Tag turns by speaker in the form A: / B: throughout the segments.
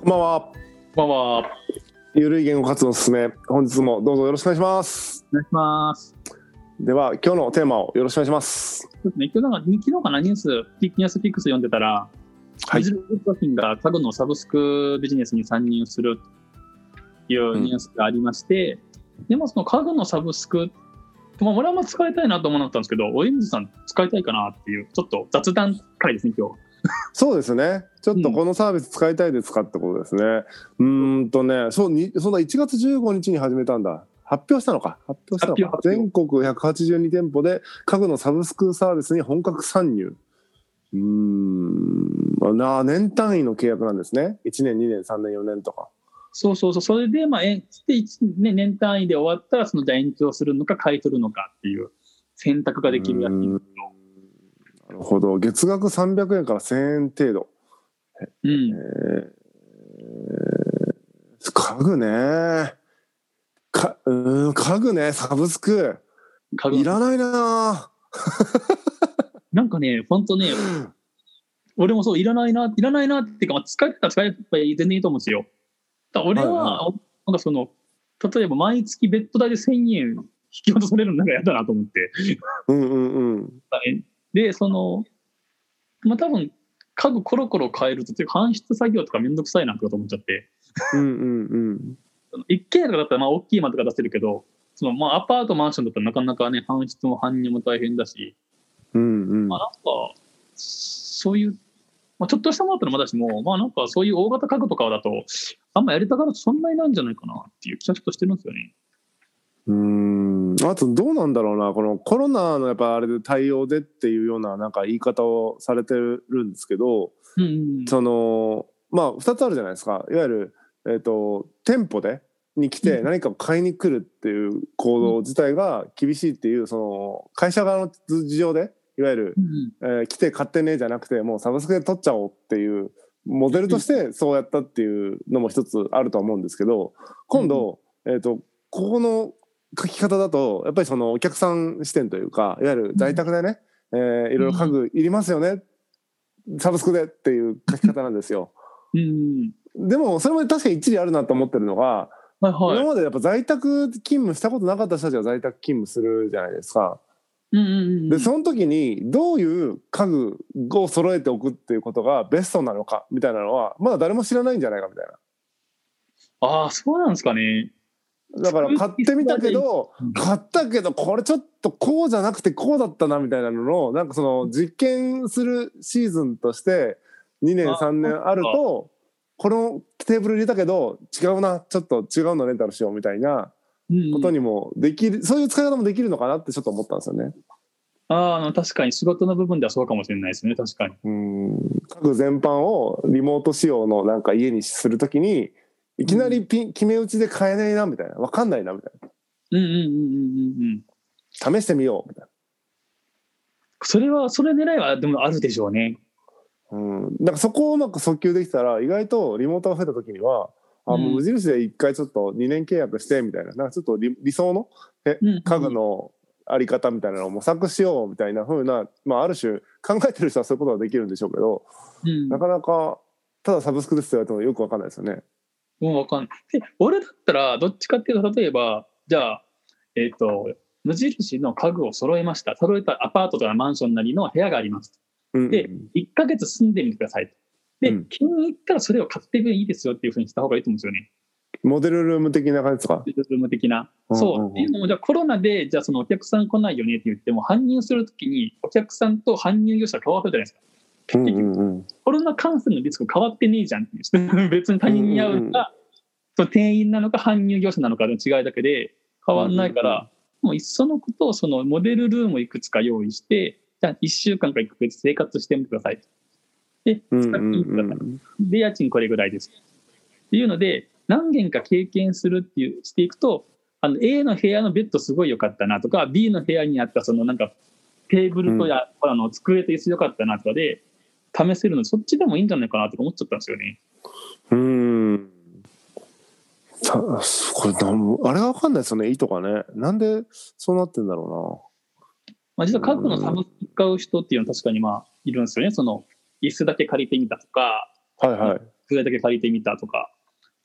A: こんばんは。
B: こんばんは。お願
A: ゆるい言語活動のすすめ。本日もどうぞよろしくお願いします。
B: いします。
A: では、今日のテーマをよろしくお願いします。
B: ちょっとね、昨日なんか、昨日かな、ニュース、ニュースピックス読んでたら、
A: はい
B: ビジネス商品が家具のサブスクビジネスに参入するというニュースがありまして、でもその家具のサブスク、まあ、俺はあんま使いたいなと思ったんですけど、おえみずさん使いたいかなっていう、ちょっと雑談会ですね、今日。
A: そうですね。ちょっとこのサービス使いたいですかってことですね。うーんとね、そうにそうだ1月15日に始めたんだ。発表したのか発表したのか
B: 発表発表
A: 全国182店舗で家具のサブスクサービスに本格参入うーんまあな年単位の契約なんですね1年2年3年4年とか
B: そうそうそう、それで、まあ、えんで一ね、年単位で終わったら、そのじゃあ延長するのか、買い取るのかっていう選択ができるやつ。
A: うんなるほど月額300円から1000円程度
B: うん
A: えー家具ねかうーん家具ねサブスク
B: 家具の
A: いらないな
B: なんかね、本当ね、俺もそう、いらないな、いらないなっていうか、まあ、使えたら使えば全然いいと思うんですよ。だから俺は、
A: は
B: なんかその、例えば毎月ベッド代で1000円引き落とされるのなんか嫌だなと思って。
A: うんうんうん
B: で、その、まあ多分、家具コロコロ変えると、というか搬出作業とかめんどくさいなとかと思っちゃって。
A: うんうんうん
B: その一軒家とかだったらまあ大きい間とか出せるけど、そのまあアパートマンションだったらなかなかね、搬出も搬入も大変だし、
A: うんうん
B: まあなんか、そういう、まあ、ちょっとしたものだったらまだしも、まあなんかそういう大型家具とかだと、あんまやりたがるとそんなにないんじゃないかなっていう気がちょっとしてるんですよね。
A: うーんあとどうなんだろうなこのコロナのやっぱあれで対応でっていうようななんか言い方をされてるんですけど
B: うんうん
A: そのまあ2つあるじゃないですかいわゆる、えー、と店舗でに来て
B: うん
A: 何かを買いに来るっていう行動自体が厳しいっていうその会社側の事情でいわゆる、
B: うん
A: えー来て買ってねじゃなくてもうサブスクで取っちゃおうっていうモデルとしてそうやったっていうのも一つあるとは思うんですけど今度、えー、とここの書き方だとやっぱりそのお客さん視点というかいわゆる在宅でね、えーいろいろ家具いりますよねサブスクでっていう書き方なんですよ。
B: うんうん。
A: でもそれも確かに一理あるなと思ってるのが、
B: はいは
A: 今
B: い。
A: までやっぱ在宅勤務したことなかった人たちが在宅勤務するじゃないですか。
B: うんうんう
A: で
B: ん。
A: その時にどういう家具を揃えておくっていうことがベストなのかみたいなのはまだ誰も知らないんじゃないかみたい
B: ああ、そうなんですかね。
A: なだから買ってみたけど
B: うん
A: 買ったけどこれちょっとこうじゃなくてこうだったなみたいなののなんかその実験するシーズンとして2年
B: あ
A: 3年あるとこのテーブル入れたけど違うなちょっと違うのレンタルしようみたいな
B: うんう
A: こと
B: ん、
A: にもできるそういう使い方もできるのかなってちょっと思ったんですよね。
B: あああの、確かに仕事の部分ではそうかもしれないですね、確かに。
A: うん家具全般をリモート仕様のなんか家にするときにいきなりピン、決め打ちで買えないなみたいな分かんないなみたい
B: うんうんうんうんうんうん。
A: な試してみようみたい
B: それは、それ狙いはでもあるでしょうね。
A: な、うん、だからそこをうまく訴求できたら意外とリモートが増えたときにはあ
B: うん
A: もう無印で1回ちょっと2年契約してみたいななんかちょっと理理想の
B: うん、
A: 家具のあり方みたいなのを模索しようみたいな風な、まあ、ある種考えてる人はそういうことができるんでしょうけど、
B: うん
A: なかなかただサブスクですって言われてもよく分かんないですよね。
B: もうわかんない。 で俺だったら、どっちかっていうと、例えば、じゃあ、えっ、と、無印の家具を揃えました。揃えたアパートとかマンションなりの部屋があります。
A: うんうん
B: で1ヶ月住んでみてください。で
A: うん、
B: 気に入ったらそれを買っていいですよっていうふうにした方がいいと思うんですよね。
A: モデルルーム的な感じですか
B: ズーム的な。
A: うん
B: そ
A: うんう
B: う。
A: ん
B: っていうのも、じゃあコロナで、じゃあそのお客さん来ないよねって言っても、搬入するときに、お客さんと搬入業者変わるじゃないですか。
A: うん
B: 結局、
A: うんうん
B: コロナ感染のリスク変わってねえじゃんっていう 別に他人に会うのか、その店員なのか搬入業者なのかの違いだけで変わんないから、
A: うんうん
B: もういっそのことをそのモデルルームをいくつか用意してじゃあ1週間か1ヶ月生活してみてください
A: うん
B: 使ってみてください
A: うん
B: で家賃これぐらいですっていうので何件か経験するっていうしていくとあの A の部屋のベッドすごい良かったなとか B の部屋にあったそのなんかテーブルとや、あの机と椅子良かったなとかで試せるのでそっちでもいいんじゃないかなとか思っちゃったんですよね。
A: うんうんさこれなんもあれが分かんないですよね意図がねなんでそうなってんだろ
B: まあ、実は家具のサブスク使う人っていうのは確かにまあいるんですよね。その椅子だけ借りてみたとか、
A: うなはいはい
B: 部屋だけ借りてみたとか。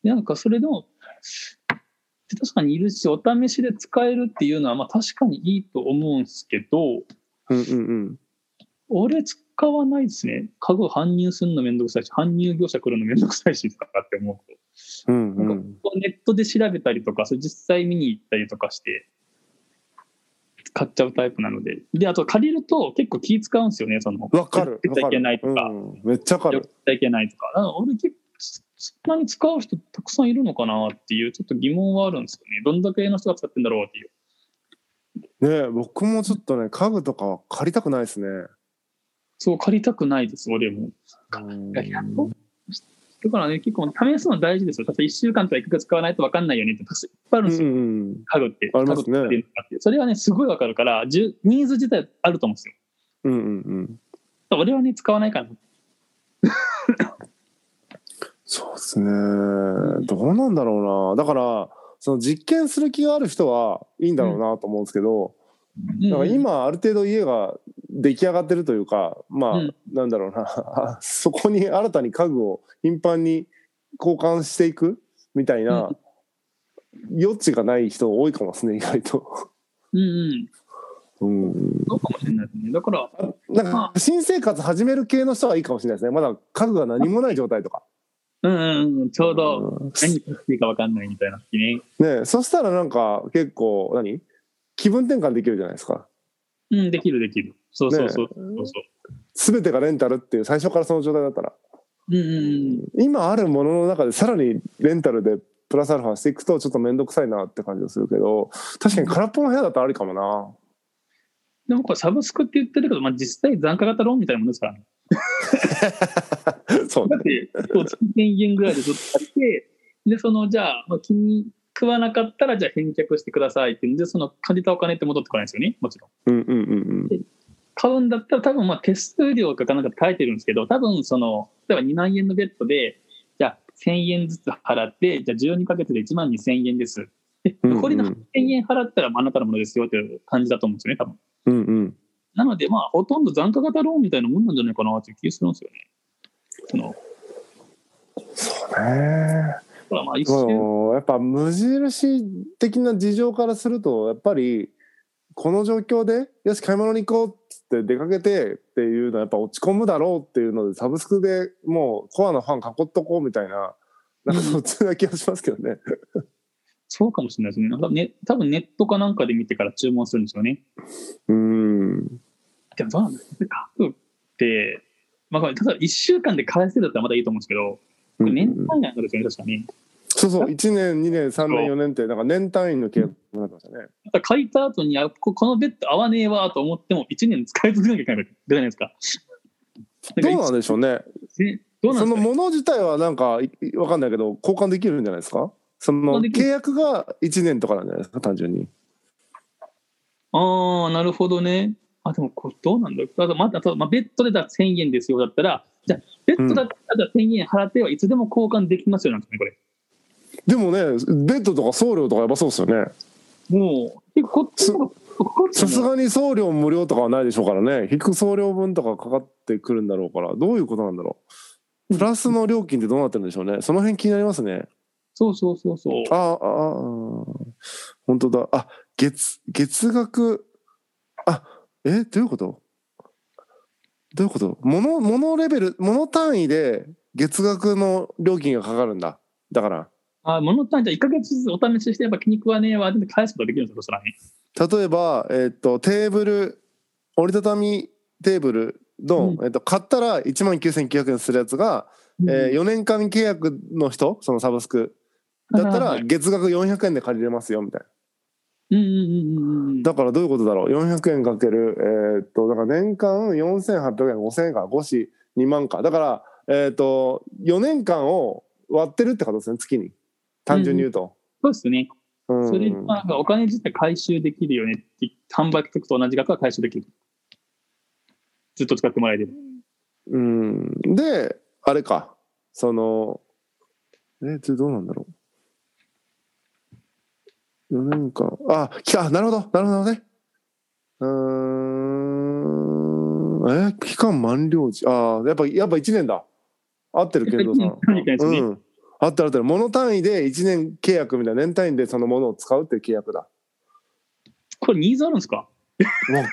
B: でなんかそれでも、確かにいるし、お試しで使えるっていうのは、まあ確かにいいと思うんですけど、
A: うんうん
B: 俺使わないですね。家具搬入するのめんどくさいし、搬入業者来るのめんどくさいし、とかって思うと。
A: うんうん
B: な
A: うん
B: か
A: ん
B: こうネットで調べたりとか、それ実際見に行ったりとかして、買っちゃうタイプなので。で、あと借りると結構気使うんですよね、その。
A: わかる
B: 寄っちゃ
A: わ
B: いけ
A: か
B: ない
A: る、う
B: とか、
A: ん、めっちゃわか
B: 寄っ
A: る
B: ちゃいけないとか。なので俺結構、そそんなに使う人たくさんいるのかなっていう、ちょっと疑問はあるんですよね。どんだけの人が使ってんだろうっていう。
A: ね僕もちょっとね家具とかは借りたくないですね、
B: そう、借りたくないです、俺も。
A: うん
B: いやそうだからね、結構試すの大事ですよ。たった1週間とか1ヶ月使わないと分かんないよねって、たくさんいっぱいあるん
A: う
B: ですよ、
A: ん
B: 家具って。
A: ありますね
B: 家具っていうのがあってそれはね、すごい分かるから、じゅニーズ自体あると思うんですよ。
A: うんうんうんうん
B: 俺はね、使わないから。
A: そうですねどうなんだろうなだからその実験する気がある人はいいんだろうなと思うんですけど、だから
B: うん
A: 今ある程度家が出来上がってるというかまあ、
B: うん
A: なんだろうな そこに新たに家具を頻繁に交換していくみたいな余地がない人多いかもですね意外と。
B: うんうん。
A: うん、
B: そうかもしれないですね。だから、
A: なんか新生活始める系の人はいいかもしれないですねまだ家具が何もない状態とか。
B: うんうんうん、ちょうど
A: うん
B: 何買っていいか分かんないみたいな時ね。
A: ねえそしたらなんか結構何気分転換できるじゃないですか。
B: うん、できるできる。そうそうそう。
A: ね
B: そうそ
A: 全てがレンタルっていう最初からその状態だったら。
B: う。うんうん
A: 今あるものの中でさらにレンタルでプラスアルファしていくとちょっと面倒くさいなって感じがするけど確かに空っぽの部屋だったらありかもな
B: でもこれサブスクって言ってるけど、まあ、実際残価型ローンみたいなもんですからね。
A: そう
B: だ
A: ね
B: って、そう月1000円ぐらいでずっと借りて、で、その、じゃあ、まあ、気に食わなかったら、じゃあ返却してくださいっていうんで、その借りたお金って戻ってこないですよね、もちろん。
A: うんうんうん
B: 買うんだったら、多分まあ手数料かかなんか書いてるんですけど、多分その、例えば2万円のベッドで、じゃあ1000円ずつ払って、じゃあ12ヶ月で1万2000円です。で、
A: うんうん
B: 残りの8000円払ったら、まああなたのものですよっていう感じだと思うんですよね、多分。
A: うんうんうん
B: なので、まあ、ほとんど残価型ローンみたいなもんなんじゃないかなっていう気がするんですよね。その、
A: そうね
B: ほらまあ一
A: そ
B: 瞬
A: のやっぱ無印的な事情からするとやっぱりこの状況でよし買い物に行こうっつって出かけてっていうのはやっぱ落ち込むだろうっていうのでサブスクでもうコアのファン囲っとこうみたいななんかそっちな気がしますけどね。
B: そうかもしれないですね。なんかね多分ネットかなんかで見てから注文するんですよね。
A: うん
B: でもどうなんだろう。家具って、まあ、これただ1週間で返せるだったらまだいいと思うんですけど、これ年単位なんですよね、確かに。
A: そうそう、1年、2年、3年、4年って、なんか年単位の契約になってましたね。
B: だから書いた後に、あここのベッド合わねえわと思っても、1年使い続けなきゃいけないじゃないですか。
A: どうなん
B: で
A: でしょうね。
B: どうなん
A: そ
B: です
A: の
B: かね、
A: もの自体はなんか、いいわかんないけど、交換できるんじゃないですかその
B: 交換できる
A: 契約が1年とかなんじゃないですか、単純に。
B: ああ、なるほどね。あ、でもこれどうなんだろう。あとまた、あとまあ、ベッドでだ1000円ですよだったら、じゃあベッドだったら1000円払ってはいつでも交換できますよなんですね、これ。
A: でもね、ベッドとか送料とかやばそうですよね。
B: もう、結構こっちの方がこっち
A: さ
B: の
A: す
B: 方が
A: がに送料無料とかはないでしょうからね、引く送料分とかかかってくるんだろうから、どういうことなんだろう。プラスの料金ってどうなってるんでしょうね。その辺気になりますね。
B: そうそうそうそう。
A: ああ、ああ、本当だ。あ、月、月額、あ、え、どういうことどういうこともの、ものレベル、もの単位で月額の料金がかかるんだ。だから、
B: あ物単位じゃ1ヶ月ずつお試しして、やっぱ気に食わねえわ、で返すことができるんですよ、そしたらね。
A: 例えば、えっと、テーブル、折りたたみテーブルの、
B: う
A: えっと、買ったら1万9900円するやつが、えー、4年間契約の人、そのサブスク、だった
B: はいはい
A: ら
B: はい
A: 月額400円で借りれますよ、みたいな。
B: うんうんうんうんうん。
A: だからどういうことだろう400円かけるえーっとだから年間4800円5000円か5し2万かだからえーっと4年間を割ってるってことですね月に単純に言うと、
B: そうですね。
A: うん
B: それ、まあ、なんかお金自体回収できるよねって、販売価格と同じ額は回収できる。ずっと使ってもらえれば。
A: うんであれかそのえー、どうなんだろう4年間あきたなるほどなるほどねうーんえー期間満了時ああやっぱやっぱ1年だ合ってるけどさ
B: やっぱり一年単位みたいですね
A: うん、合ってる合ってる物単位で1年契約みたいな年単位でそのものを使うっていう契約だ
B: これニーズあるんです
A: わ
B: か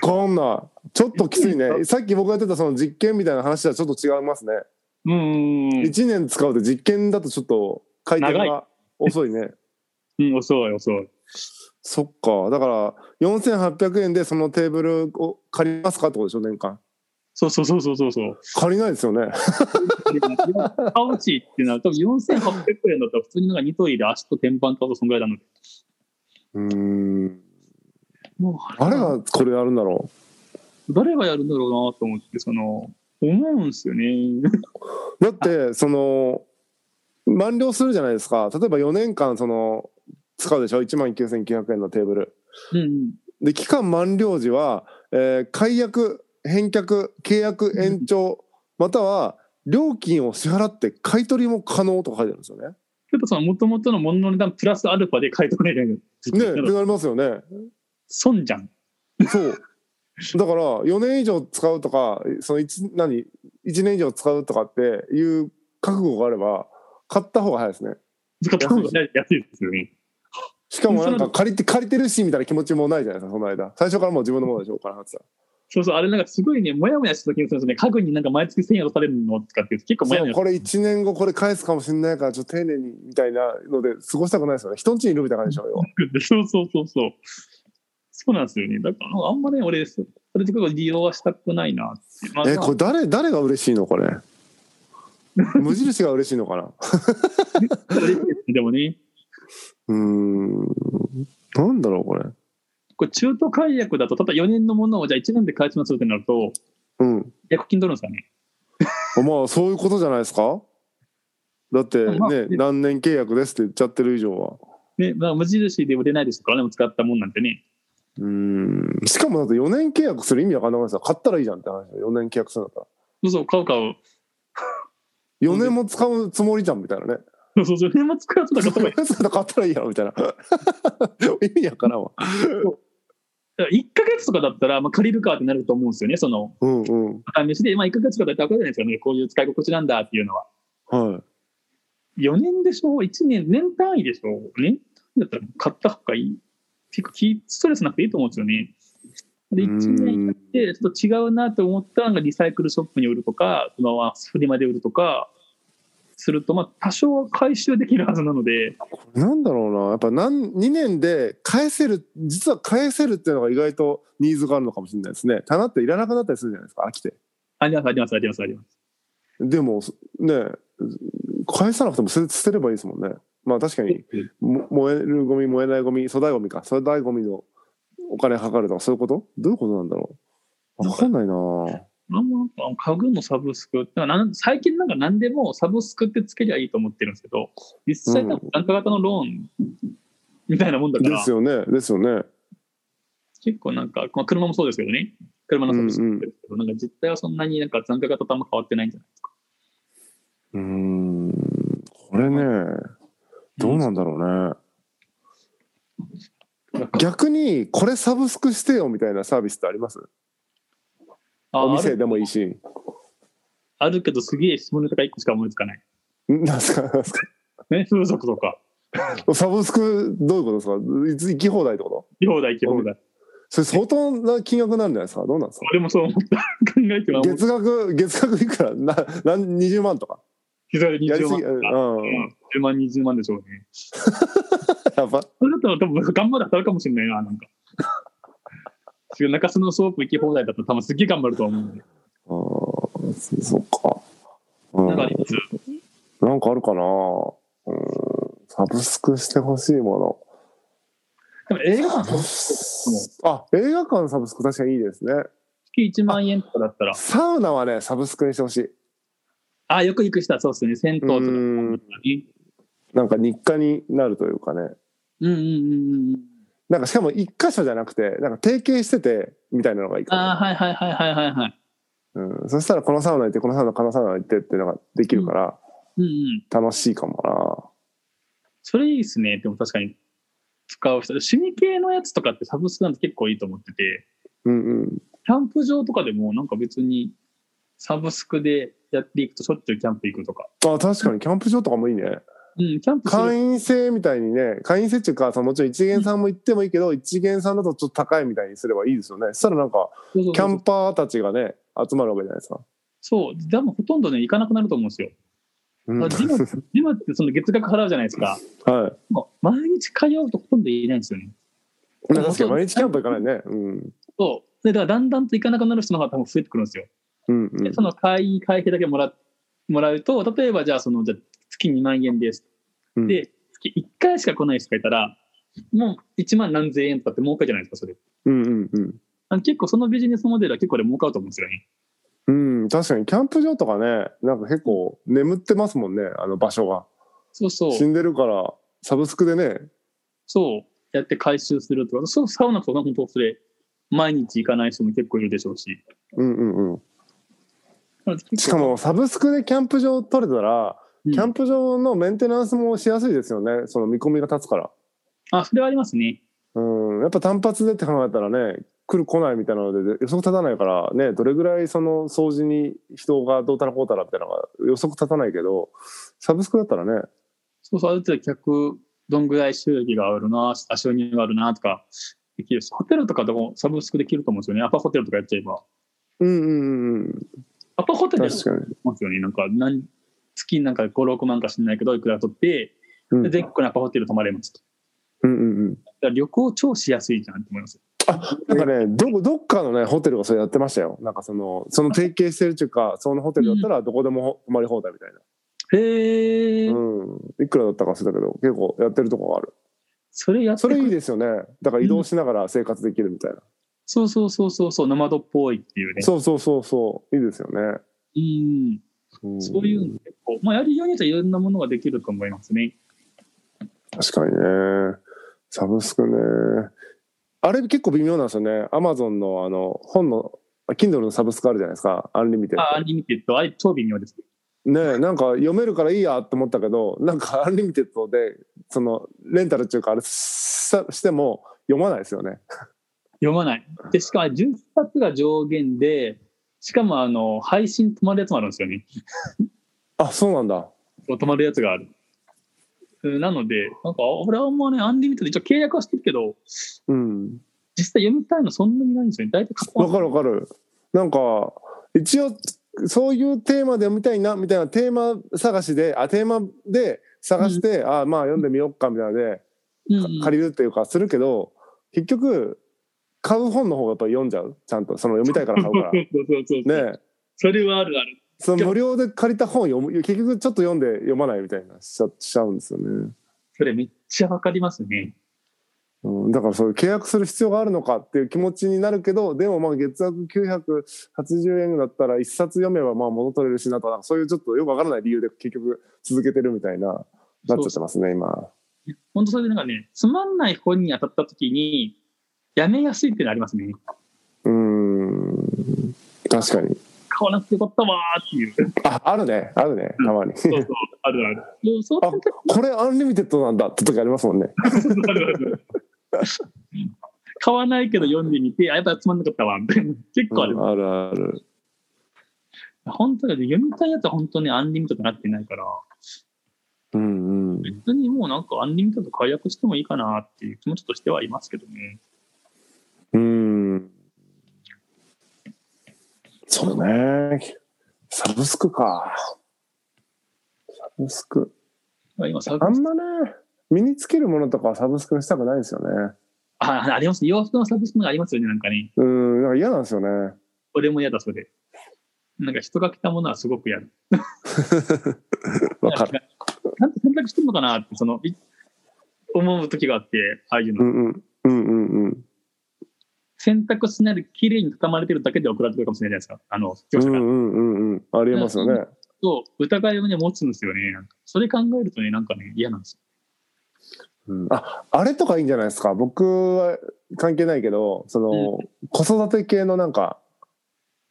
A: かんないちょっときつい
B: いいん
A: ねさっき僕がやってたその実験みたいな話とはちょっと違いますね、
B: うーん。
A: 一1年使うって実験だとちょっと回転
B: 長
A: が遅い ね
B: うん、遅い遅い。
A: そっかだから4800円でそのテーブルを借りますかってことでしょ年間
B: そうそうそうそうそうそう。
A: 借りないですよね
B: 青打ちってなると、多分4800円だったら普通になんかニトリで足と天板買うとそんぐらいなので。
A: うーん
B: もう
A: 誰がこれやるんだろ
B: 誰がやるんだろうなと思って、その、思うんですよね。
A: うだってその満了するじゃないですか例えば4年間その使うでしょ1万9900円のテーブル
B: うんうん。
A: で期間満了時は、えー解約返却契約延長または料金を支払って買い取りも可能とか書いてあるんですよね。
B: ちょっとその元々の物の値段プラスアルファで買い取れる。
A: ね
B: だ
A: って
B: から
A: なりますよね。
B: 損じゃん。
A: そうだから4年以上使うとかその 1, 何1年以上使うとかっていう覚悟があれば買った方が早いですね。
B: 使った方が安いですよね。
A: しかもなんか借りて借りてるしみたいな気持ちもないじゃないですかその間最初からもう自分のものでしょお金払ってたら
B: そうそう、あれなんかすごいね、もやもやした時にそのね、家具になんか毎月1000円落とされるのとかっていうと結構もや
A: そ
B: も
A: う
B: や
A: これ1年後これ返すかもしれないからちょっと丁寧にみたいなので過ごしたくないですよね人んちにいるみたいな感じでしょ要は
B: でそうそうそうそう。そうなんですよね。だから、あんまね、俺、それで結構利用はしたくないなって。まあ
A: え
B: まあ
A: これ誰誰が嬉しいのこれ無印が嬉しいのかな
B: でもね、
A: うーんなんだろうこれ
B: これ中途解約だと、ただ4年のものをじゃあ1年で返しますってなると、
A: うん
B: 約金取るんですかね。
A: まあそういうことじゃないですかだってね、
B: まあ
A: 何年契約ですって言っちゃってる以上は
B: ね、まあ、無印で売れないですからね、使ったもんなんてね。
A: うーんしかもだって4年契約する意味わかんなくないですか買ったらいいじゃんって話4年契約するんだったら
B: そうそう、買う買う。
A: 4年も使うつもりじゃんみたいなね。
B: そう そう、それも使うとだから、
A: そ んな買ったらいいやろみたいな。意味わからんわ。
B: 1ヶ月とかだったら、まあ、借りるかってなると思うんですよね、その、
A: うんうん。
B: お試しで、まあ、1ヶ月とかだったら分かるじゃないですかね、こういう使い心地なんだっていうのは。
A: は
B: 4年でしょ ?1 年、年単位でしょ年単位だったら買った方がいい。結構気、ストレスなくていいと思うんですよね。で、
A: うーん
B: 1年やって、ちょっと違うなと思ったのがリサイクルショップに売るとか、そのままフリマで売るとか、すると、まあ、多少は回収できるはずなので、
A: い。なんだろうな。やっぱ何2年で返せる、実は返せるっていうのが意外とニーズがあるのかもしれないですね。棚っていらなくなったりするじゃないですか、飽きて。
B: あります、あります、あります、あります。
A: でも、ね、返さなくても捨て捨てればいいですもんね。まあ確かに、も燃えるゴミ、燃えないゴミ、粗大ゴミか。粗大ゴミのお金かかるとか、そういうことどういうことなんだろう。わかんないな
B: あんまなんか家具のサブスクだからなん最近なんか何でもサブスクってつけりゃいいと思ってるんですけど実際多分参加型のローンみたいなもんだか
A: で
B: ら
A: すよね。ですよね。
B: 結構なんか、まあ、車もそうですけどね車のサブスクですけど、なんか実態はそんなになんか参加型とあんま変わってないんじゃないう
A: ーんこれねどうなんだろうね
B: ですか
A: 逆にこれサブスクしてよみたいなサービスってあります
B: あ
A: お
B: あ
A: 店
B: る
A: でもいいし
B: あるけどすげえ質問ネタが1個しか思いつかない、
A: んなんすかなんすか
B: ね、風俗とか
A: サブスクどういうことですかい行き放題ってこと
B: 両代行きだ
A: それ相当な金額なんじゃないですかどうなんですか
B: 俺もそう思った考えてはもう
A: 月額月額いくらななん20万とか
B: 膝で
A: やりす
B: 20万
A: ぎうん
B: とか、うん、10万20万でしょうね
A: やば
B: それだったら多分頑張る働くかもしれないな、なんか。すごい中洲のソープ行き放題だったら多分すっげえ頑張ると思うんで。
A: あーそそっかうん
B: なんかあります
A: なんかあるかなうんサブスクしてほしいもの
B: でも映画館
A: あ映画館のサブスク確かにいいですね
B: 月1万円とかだったら、
A: サウナはねサブスクにしてほしい
B: ああ、よく行く人はそうですね、銭湯とか
A: う
B: ね。
A: んなんか日課になるというかね
B: うんうんうんうん。
A: なんかしかも一箇所じゃなくてなんか提携しててみたいなのがいいか
B: あ
A: な
B: あ、はいはいはいはいはいはい。
A: うん、そしたらこのサウナ行ってこのサウナこのサウナ行ってっていうのができるから
B: うんうん。
A: 楽しいかも
B: それいいですね、でも確かに。使う人趣味系のやつとかってサブスクなんて結構いいと思ってて、
A: なうんうん
B: キャンプ場とかでもなんか別にサブスクでやっていくとしょっちゅうキャンプ行くとか。
A: あ確かにキャンプ場とかもいいね
B: うん、キャンプする
A: 会員制みたいにね会員制っていうかそのもちろん一元さんも行ってもいいけど、一元さんだとちょっと高いみたいにすればいいですよねそしたらなんか
B: そうそうそう
A: キャンパーたちがね集まるわけじゃないですか、
B: そう、でもほとんどね、行かなくなると思うんですよ。
A: うん
B: あジムジムってその月額払うじゃないですか。
A: はい
B: もう毎日通うとほとんどいないんですよね。
A: 確かに毎日キャンプ行かないねうん
B: そう。で、だからだんだんと行かなくなる人の方が多分増えてくるんですよ。
A: うんうん
B: で、その会員会費だけもらもらうと、例えばじゃあ、その、じゃあ月2万円です。
A: うん
B: で、月1回しか来ない人がいたら、もう1万何千円とかって儲かるじゃないですか、それ。
A: うんうんうん
B: あの結構そのビジネスモデルは結構で儲かると思うんですよね。
A: うん、確かにキャンプ場とかねなんか結構眠ってますもんねあの場所が
B: そうそ
A: 死
B: う。
A: んでるからサブスクでね
B: そう。やって回収するとか、そう、サウナとか本当それ、毎日行かない人も結構いるでしょうし。
A: うんうんうん
B: なので結
A: しか
B: 構
A: もサブスクでキャンプ場取れたら、
B: うん
A: キャンプ場のメンテナンスもしやすいですよねその見込みが立つから
B: あ、それはありますね。
A: うんやっぱ単発でって考えたらね来る来ないみたいなので予測立たないからねどれぐらいその掃除に人がどうたらこうたらみたいなのが予測立たないけどサブスクだったらね
B: そうそう、ある程度客、どんぐらい収益があるな、あ収入があるなとか、できるし、ホテルとかでもサブスクできると思うんですよね。アパホテルとかやっちゃえば。
A: うんうんうんうん
B: アパホテルでも
A: 確かに、
B: ますよね。なんか、何月なんか5、6万か知らないけど、いくら取って、
A: うん、う
B: で
A: ん
B: 全国のアパホテル泊まれますと。
A: うんうん
B: だから旅行超しやすいじゃんって思います。
A: なんかねどどっかのねホテルがそれやってましたよなんかそのその提携してるっていうかそのホテルだったらどこでも泊まり放題みたいな
B: へえ、
A: うん、いくらだったか忘れたけど結構やってるとこがある
B: それやって
A: そ
B: く
A: れいいですよねだから移動しながら生活できるみたいな、
B: そうそうそうそうそう、ノマドっぽいっていうね。
A: そうそうそうそういいですよね、
B: うん。
A: うん
B: そういうの結構、まあ、やるようによってはいろんなものができると思いますね。
A: 確かにねサブスクねあれ結構微妙なんですよねアマゾンのあの本の Kindle のサブスクあるじゃないですかアンリミテッド
B: あ、アンリミテッド、あれ超微妙です。
A: ねえなんか読めるからいいやって思ったけどなんかアンリミテッドでそのレンタルっていうかあれさしても読まないですよね
B: 読まない。で、しかも10冊が上限で、しかもあの配信止まるやつもあるんですよね。
A: あそうなんだ
B: 止まるやつがある。うんなので、なんか、俺はもうね、アンリミットで一応契約はしてるけど、
A: うん
B: 実際読みたいのそんなにないんですよね。大体過去
A: わかるわかるなんか一応そういうテーマで読みたいなみたいなテーマ探しであテーマで探して、あまあ読んでみようかみたいなので、
B: うん
A: か借りるっていうかするけど結局買う本の方がやっぱ読んじゃうちゃんとその読みたいから買う か
B: そうそうそうそう。
A: らねえ
B: それはあるある。
A: その無料で借りた本読む結局ちょっと読んで読まないみたいなしちゃしちゃうんですよね、
B: それめっちゃわかりますね。
A: うん、だからそういう契約する必要があるのかっていう気持ちになるけどでもまあ月額980円だったら一冊読めばまあ戻取れるしなとかなんかそういうちょっとよくわからない理由で結局続けてるみたいななっちゃってますね今
B: 本当それでなんかね、つまんない本に当たった時に、やめやすいっていうのありますね。
A: うん確かに
B: 買わなくてよかったわーっていう。
A: ああるねあるねたまに
B: そうそう、あるある。もうそう
A: あ
B: いう時
A: これアンリミテッドなんだって時ありますもんね
B: あるあ る買わないけど読んでみて、あ、やっぱつまんなかったわ、みたいな。結構ある。
A: うんあるある
B: 本当に読みたいやつは本当にアンリミットとなってないから、
A: うんうん
B: 別にもうなんかアンリミットと解約してもいいかなっていう気持ちとしてはいますけどね。
A: うん。そうね。サブスクか。サブスク。
B: 今サブ
A: あん
B: ス
A: まね、身につけるものとかはサブスクにしたくないんですよね。
B: あ、あります。洋服のサブスクがありますよね、なんかね。
A: うん、なんか嫌なんですよね。
B: 俺も嫌だ、それ。なんか人が着たものはすごく嫌だ。
A: わかる。
B: なんて選択してんのかなって、その、い思う時があって、ああいう
A: う
B: の。
A: んうん。うんうんうん。
B: 選択しないで綺麗に畳まれてるだけで送られてくるかもしれないじゃないですか。あの、
A: う
B: 業者
A: ん
B: から
A: う。んうんうん。ありえますよね。
B: と疑いをね持つんですよね。なんかそれ考えるとね、なんかね、嫌なんですよ。
A: うんあ、あれとかいいんじゃないですか。僕は関係ないけど、その、子育て系のなんか、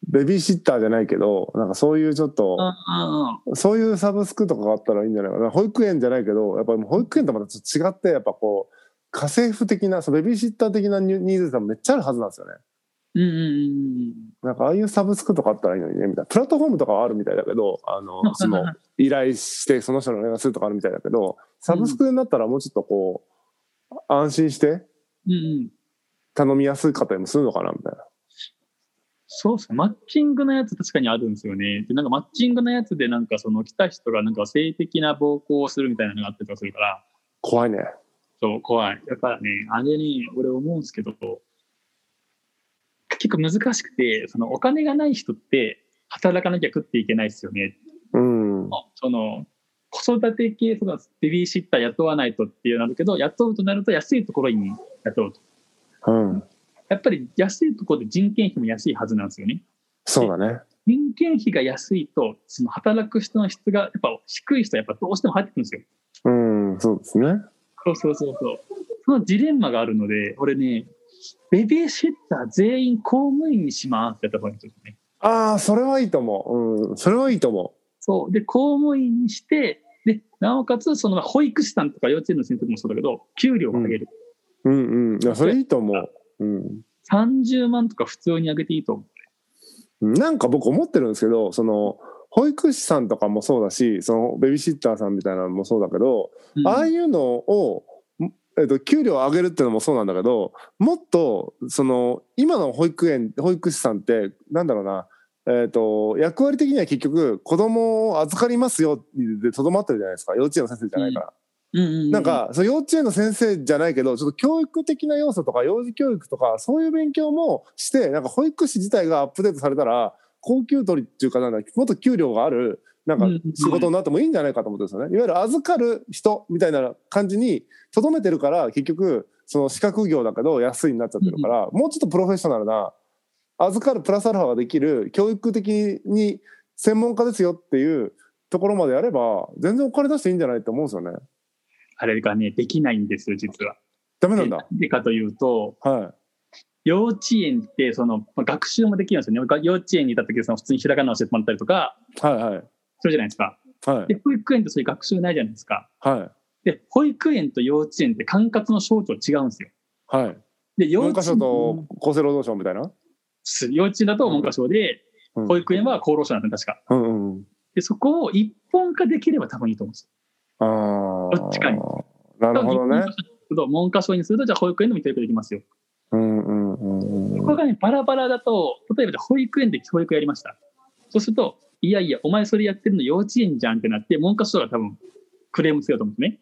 A: ベビーシッターじゃないけど、なんかそういうちょっと、
B: ああ、
A: そういうサブスクとかがあったらいいんじゃないかな。保育園じゃないけど、やっぱりもう保育園とまたちょっと違って、やっぱこう、家政婦的な、そのベビーシッター的なニュニーズがめっちゃあるはずなんですよね。
B: うんうんうんうん。
A: なんかああいうサブスクとかあったらいいのにねみたいなプラットフォームとかはあるみたいだけどあのその依頼してその人のお願いするとかあるみたいだけどサブスクになったらもうちょっとこう安心して
B: うんうん。
A: 頼みやすかったりもするのかなみたいな。
B: そうそう、マッチングのやつ確かにあるんですよね。で、なんかマッチングのやつで、なんかその来た人がなんか性的な暴行をするみたいなのがあったりとかするから、
A: 怖いね。
B: そう、怖い。だからね、あれに俺思うんですけど、結構難しくて、そのお金がない人って働かなきゃ食っていけないですよね。
A: うん。
B: その子育て系とかベビーシッター雇わないとっていうのあるけど、雇うとなると安いところに雇うと。
A: うん。
B: やっぱり安いところで人件費も安いはずなんですよね。
A: そうだね。
B: 人件費が安いと、その働く人の質がやっぱ低い人はやっぱどうしても入ってくるんですよ。
A: うん。そうですね。
B: そうそうそうそう。そのジレンマがあるので、俺ね、ベビーシッター全員公務員にしますってやった方がいいんですよね。
A: ああ、それはいいと思う。うん。それはいいと思
B: そう。で、公務員にして、で、なおかつ、その保育士さんとか幼稚園の先生もそうだけど、給料を上げる。
A: う。うんうん。いや、それいいと思う。うん。
B: 30万とか普通に上げていいと思う。
A: なんか僕思ってるんですけどその保育士さんとかもそうだしそのベビーシッターさんみたいなのもそうだけど、
B: うん
A: ああいうのを、んえっと、給料を上げるっていうのもそうなんだけどもっとその今の保育園保育士さんってなんだろうな、えっと役割的には結局子供を預かりますよでとどまってるじゃないですか幼稚園の先生じゃないから。
B: うんうんう
A: なん、か、その幼稚園の先生じゃないけど、ちょっと教育的な要素とか、幼児教育とか、そういう勉強もして、なんか保育士自体がアップデートされたら、高給取りっていうかなんだ、もっと給料がある、なんか
B: うんうん
A: 仕事になってもいいんじゃないかと思ってるんですよね。いわゆる預かる人みたいな感じに、とどめてるから、結局、その資格業だけど安いになっちゃってるから、もうちょっとプロフェッショナルな、預かるプラスアルファができる、教育的に専門家ですよっていうところまでやれば、全然お金出していいんじゃないと思うんですよね。
B: あれがね、できないんですよ、実は。
A: ダメ
B: な
A: なんだ。
B: でかというと、
A: はい。
B: 幼稚園ってその、まあ、学習もできるんですよね。幼稚園にいた時その普通にひらがなを教えてもらったりとか、
A: はいはい
B: するじゃないですか。
A: はい
B: で、保育園ってそういう学習ないじゃないですか。
A: はい
B: で、保育園と幼稚園って管轄の省庁違うんですよ。
A: はい
B: で、幼
A: 文
B: 稚
A: 科省
B: 園
A: と厚生労働省みたいな
B: 幼稚園だと文科省で、
A: うん
B: 保育園は厚労省なんですよ確か。
A: うんうんうん
B: で、そこを一本化できれば多分いいと思うんです
A: ああ
B: どっちかに
A: な
B: よ。
A: るほどね
B: 多分一本化文科省にすると、じゃあ保育園でも教育できますよ。
A: うんうんうん
B: こ
A: う
B: こ
A: ん
B: がね、バラバラだと、例えばじゃあ保育園で教育やりました。そうすると、いやいや、お前それやってるの幼稚園じゃんってなって、文科省が多分クレームつけようと思うんですね。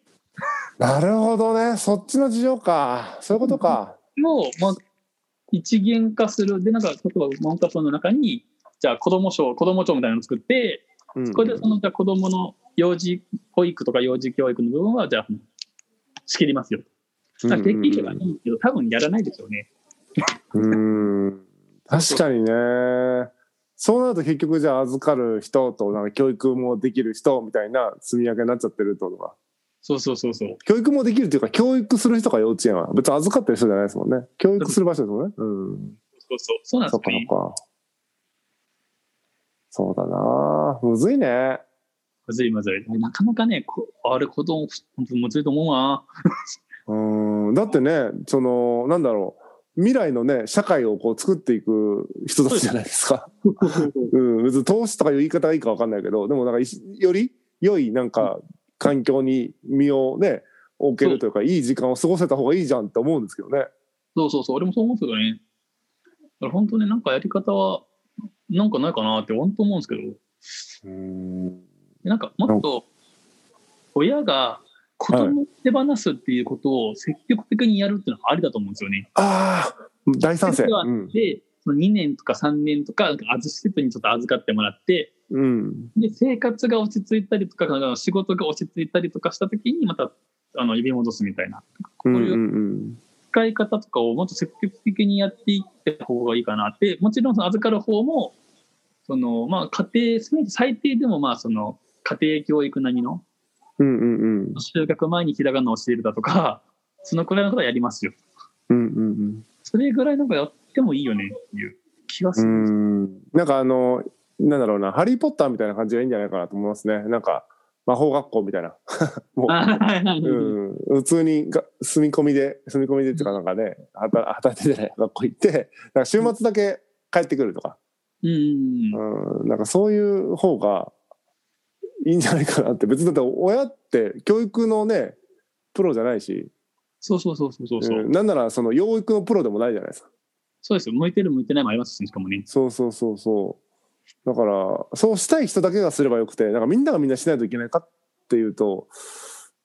A: なるほどねそっちの事情かそういうことか
B: を、まあ、一元化する。で、なんか、例えば文科省の中に、じゃあ子ども省、子ども庁みたいなのを作って、
A: うん
B: そこでその、じゃあ子どもの幼児保育とか幼児教育の部分は、じゃあ、仕切りますよ。まあできればいいけど、多分やらないでしょうね。
A: うん確かにねそうなると結局じゃあ預かる人となんか教育もできる人みたいな積み上げになっちゃってるってことか
B: そうそうそうそう。
A: 教育もできるっていうか教育する人が幼稚園は別に預かってる人じゃないですもんね教育する場所ですもんねうん
B: そうそう。そうなんで
A: そっ
B: す
A: かそ
B: よね。
A: っか。そうだなむずいね。
B: むずいむずい。なかなかね、こあれ子供、本当むずいと思うな。
A: うん。だってね、その、なんだろう。未来のね、社会をこう作っていく人たちじゃないですか。うん。別に投資とかいう言い方がいいかわかんないけど、でもなんかいし、より良いなんか環境に身をね、置けるというか、いい時間を過ごせた方がいいじゃんって思うんですけどね。
B: そうそうそう。俺もそう思うんですよね。だから本当ね、なんかやり方は、なんかないかなって本当思うんですけど。
A: うん。
B: なんかもっと親が子供を手放すっていうことを積極的にやるっていうのはありだと思うんですよね。
A: ああ、大賛成。
B: では
A: うん。
B: で、その2年とか3年とか、なんかあず施設にちょっと預かってもらって、
A: うん。
B: で、生活が落ち着いたりとか、あの仕事が落ち着いたりとかしたときに、また、あの、呼び戻すみたいな、こ
A: うん
B: う
A: う
B: いうん使い方とかをもっと積極的にやっていった方がいいかなって、もちろんその預かる方も、その、まあ、家庭、せめて最低でも、まあ、その、家庭教育並みの
A: うん。うんうんうん。
B: 就学前にひらがなを教えるだとか、そのくらいのことはやりますよ。
A: うんうんうん。
B: それぐらいのことやってもいいよねっていう気がす
A: う
B: るんで
A: ん
B: す。
A: なんかあのなんだろうな「ハリー・ポッター」みたいな感じがいいんじゃないかなと思いますねなんか魔法学校みたいな、
B: あはいはいはい
A: うん、普通にが住み込みで住み込みでっていうかなんかね働働いてて、ね、学校行ってなんか週末だけ帰ってくるとか
B: うん。
A: うん、なんかそういう方がいいんじゃないかなって別にだって親って教育のねプロじゃないし、
B: そうそうそうそうそう。
A: うんなんならその養育のプロでもないじゃないですか
B: そうですよ。向いてる向いてないもありますしね、しかもね。
A: そうそうそうそうだからそうしたい人だけがすればよくてなんかみんながみんなしないといけないかっていうと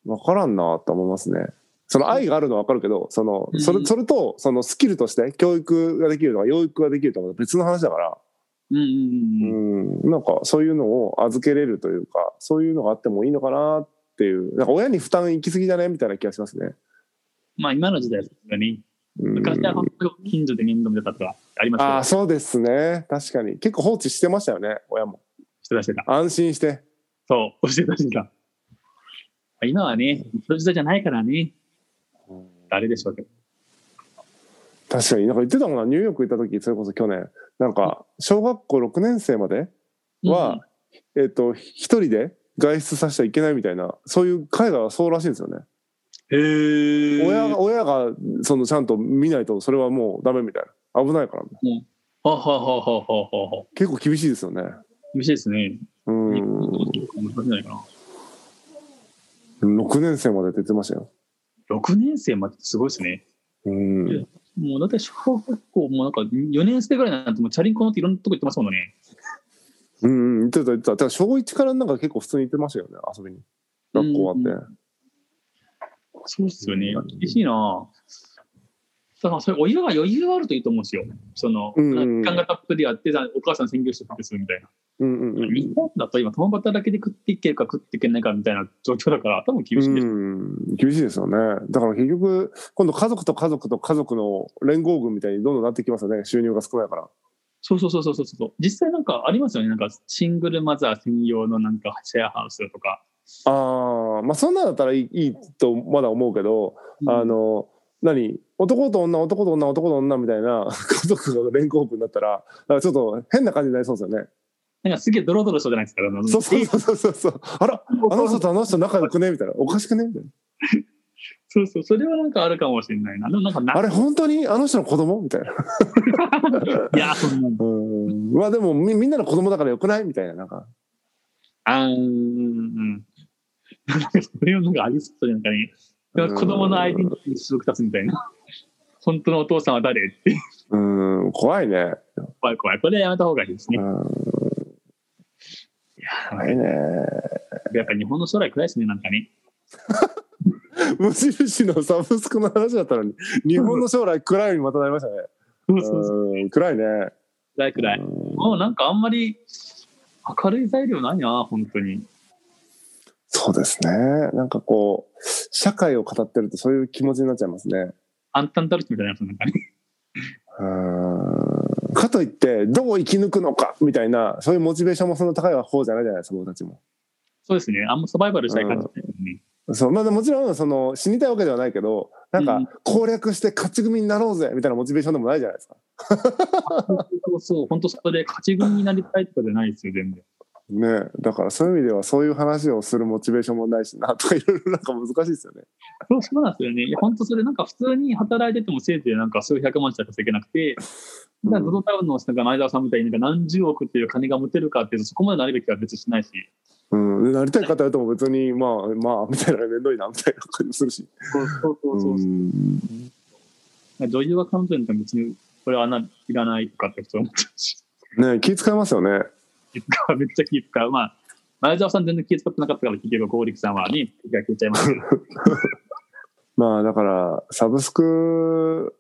A: 分からんなと思いますねその愛があるのは分かるけどそのそれ
B: うん
A: それとそのスキルとして教育ができるとか養育ができるとか別の話だから
B: うんうんうんうん。
A: うん、なんかそういうのを預けれるというかそういうのがあってもいいのかなっていうなんか親に負担行き過ぎだねみたいな気がしますね。
B: まあ今の時代ですよね。
A: うん
B: 昔は本当に近所で面倒見てたとかありました
A: ああ
B: よ。
A: そうですね確かに結構放置してましたよね親も
B: してたしてた。
A: 安心して
B: そう、教えたしてた。今はね、そういう時代じゃないからね。誰でしょうけど。
A: 確かになんか言ってたもんなニューヨーク行った時それこそ去年なんか小学校6年生までは、えっと一人で外出させちゃいけないみたいなそういう海外はそうらしいんですよね
B: うん、へえ。
A: 親が親がそのちゃんと見ないとそれはもうダメみたいな危ないから
B: ははははははは。
A: 結構厳しいですよね
B: 厳しいですね。
A: う
B: 日
A: ん
B: 本とか難しいんじゃないかな。
A: 6年生まで出てましたよ。
B: 6年生までってすごいですね。
A: うん、
B: もうだって小学校もなんか4年生ぐらいになんてもうチャリンコ乗っていろんなとこ行ってますもんね。
A: うん、言ってた言ってた。だから小1からなんか結構普通に行ってましたよね、遊びに。学校終わって。
B: そうですよね。厳しいなだからそれ、親が余裕があるといいと思うんですよ。その、
A: うんうんうん
B: 時間がたっぷりやって、お母さん専業してするみたいな。
A: うんうんうん。
B: 日本だと今、共働きで食っていけるか食っていけないかみたいな状況だから、多分厳しいでしょ
A: うん、厳しいですよね。だから結局、今度家族と家族と家族の連合軍みたいにどんどんなってきますよね、収入が少ないから。
B: そうそうそうそうそうそう。実際なんかありますよね。なんかシングルマザー専用のなんかシェアハウスとか。
A: ああ、まあそんなんだったらいいいいとまだ思うけど、あの、何男と女、男と女、男と女みたいな 家族の連合軍だったら、なんかちょっと変な感じになりそうですよね。
B: なんかすげえドロドロしそうじゃないですか。あの
A: そうそうそうそうそう。あら、あの人とあの人仲良くねみたいな。おかしくねみたいな。
B: そうそう、それはなんかあるかもしれないな。でもなんかな、
A: あれ本当にあの人の子供みたいな。
B: いや、そんなの
A: うん。まあでもみみんなの子供だからよくないみたいななんか。
B: あーうん。なんかそれはなんかありそうじゃないかね。子供のアイデンティティにすごく立つみたいな。本当のお父さんは誰って
A: うん怖いね。
B: 怖い怖い。これはやめた方がいいです
A: う
B: ね。
A: ん怖
B: や
A: いね。
B: っぱ日本の将来暗いですね、なんかね。
A: 無印のサブスクの話だったのに日本の将来暗いにまたなりましたね。
B: そうそうそう。
A: うん暗いね。
B: 暗い暗い。
A: うん
B: もうなんかあんまり明るい材料ないな、本当に。
A: そうですね。なんかこう社会を語ってるとそういう気持ちになっちゃいますね。
B: あんたんたるきみたいなやつなんかね。
A: うんかといってどう生き抜くのかみたいなそういうモチベーションもそんな高い方じゃないじゃないですか僕たちも。
B: そうですね。あんまサバイバルしたい感じですね。
A: そうまあ、もちろんその死にたいわけではないけどなん
B: う
A: か
B: ん
A: 攻略して勝ち組になろうぜみたいなモチベーションでもないじゃないですか。
B: そうそう、本当そこで勝ち組になりたいとかじゃないですよ、全然。
A: ねえだからそういう意味ではそういう話をするモチベーションもないしなとかいろいろなんか難しいですよね。
B: そうそうなんですよね。いや、本当それ、なんか普通に働いててもせいぜいなんか数百万しか稼げなくて、
A: うん
B: なんかドドタウンのなんか前澤さんみたいになんか何十億っていう金が持てるかっていうと、そこまでなるべきは別にしないし、
A: うん、でなりたい方やとも別にまあまあみたいな面倒いなみたいな感じもするし。
B: そうそうそうそう、
A: うん
B: なんか女優が彼女に別にこれはないらないとかって普通思っちゃうし、
A: ねえ気使いますよね。
B: 気使うめっちゃ気使う。まあ、前澤さん全然気使ってなかったから、結局、剛力さんはね、気が消えちゃいますけど。
A: まあだからサブスク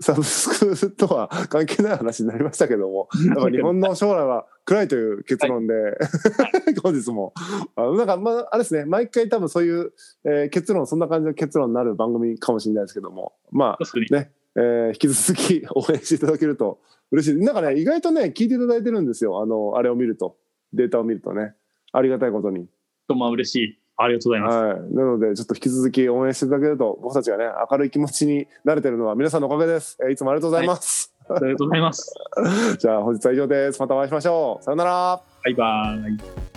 A: サブスクとは関係ない話になりましたけど もだから日本の将来は暗いという結論で、 本日もあのなんかまああれですね毎回多分そういう、えー結論そんな感じの結論になる番組かもしれないですけどもまあ、
B: 確かに
A: えー引き続き応援していただけると嬉しいなんかね意外とね聞いていただいてるんですよあのあれを見るとデータを見るとねありがたいことに。
B: とまあ嬉しい。ありがとうございます。
A: はい、なのでちょっと引き続き応援していただけると僕たちがね明るい気持ちになれてるのは皆さんのおかげです、えーいつもありがとうございます、
B: ありがとうございます。
A: じゃあ本日は以上ですまたお会いしましょうさようなら
B: バイバーイ。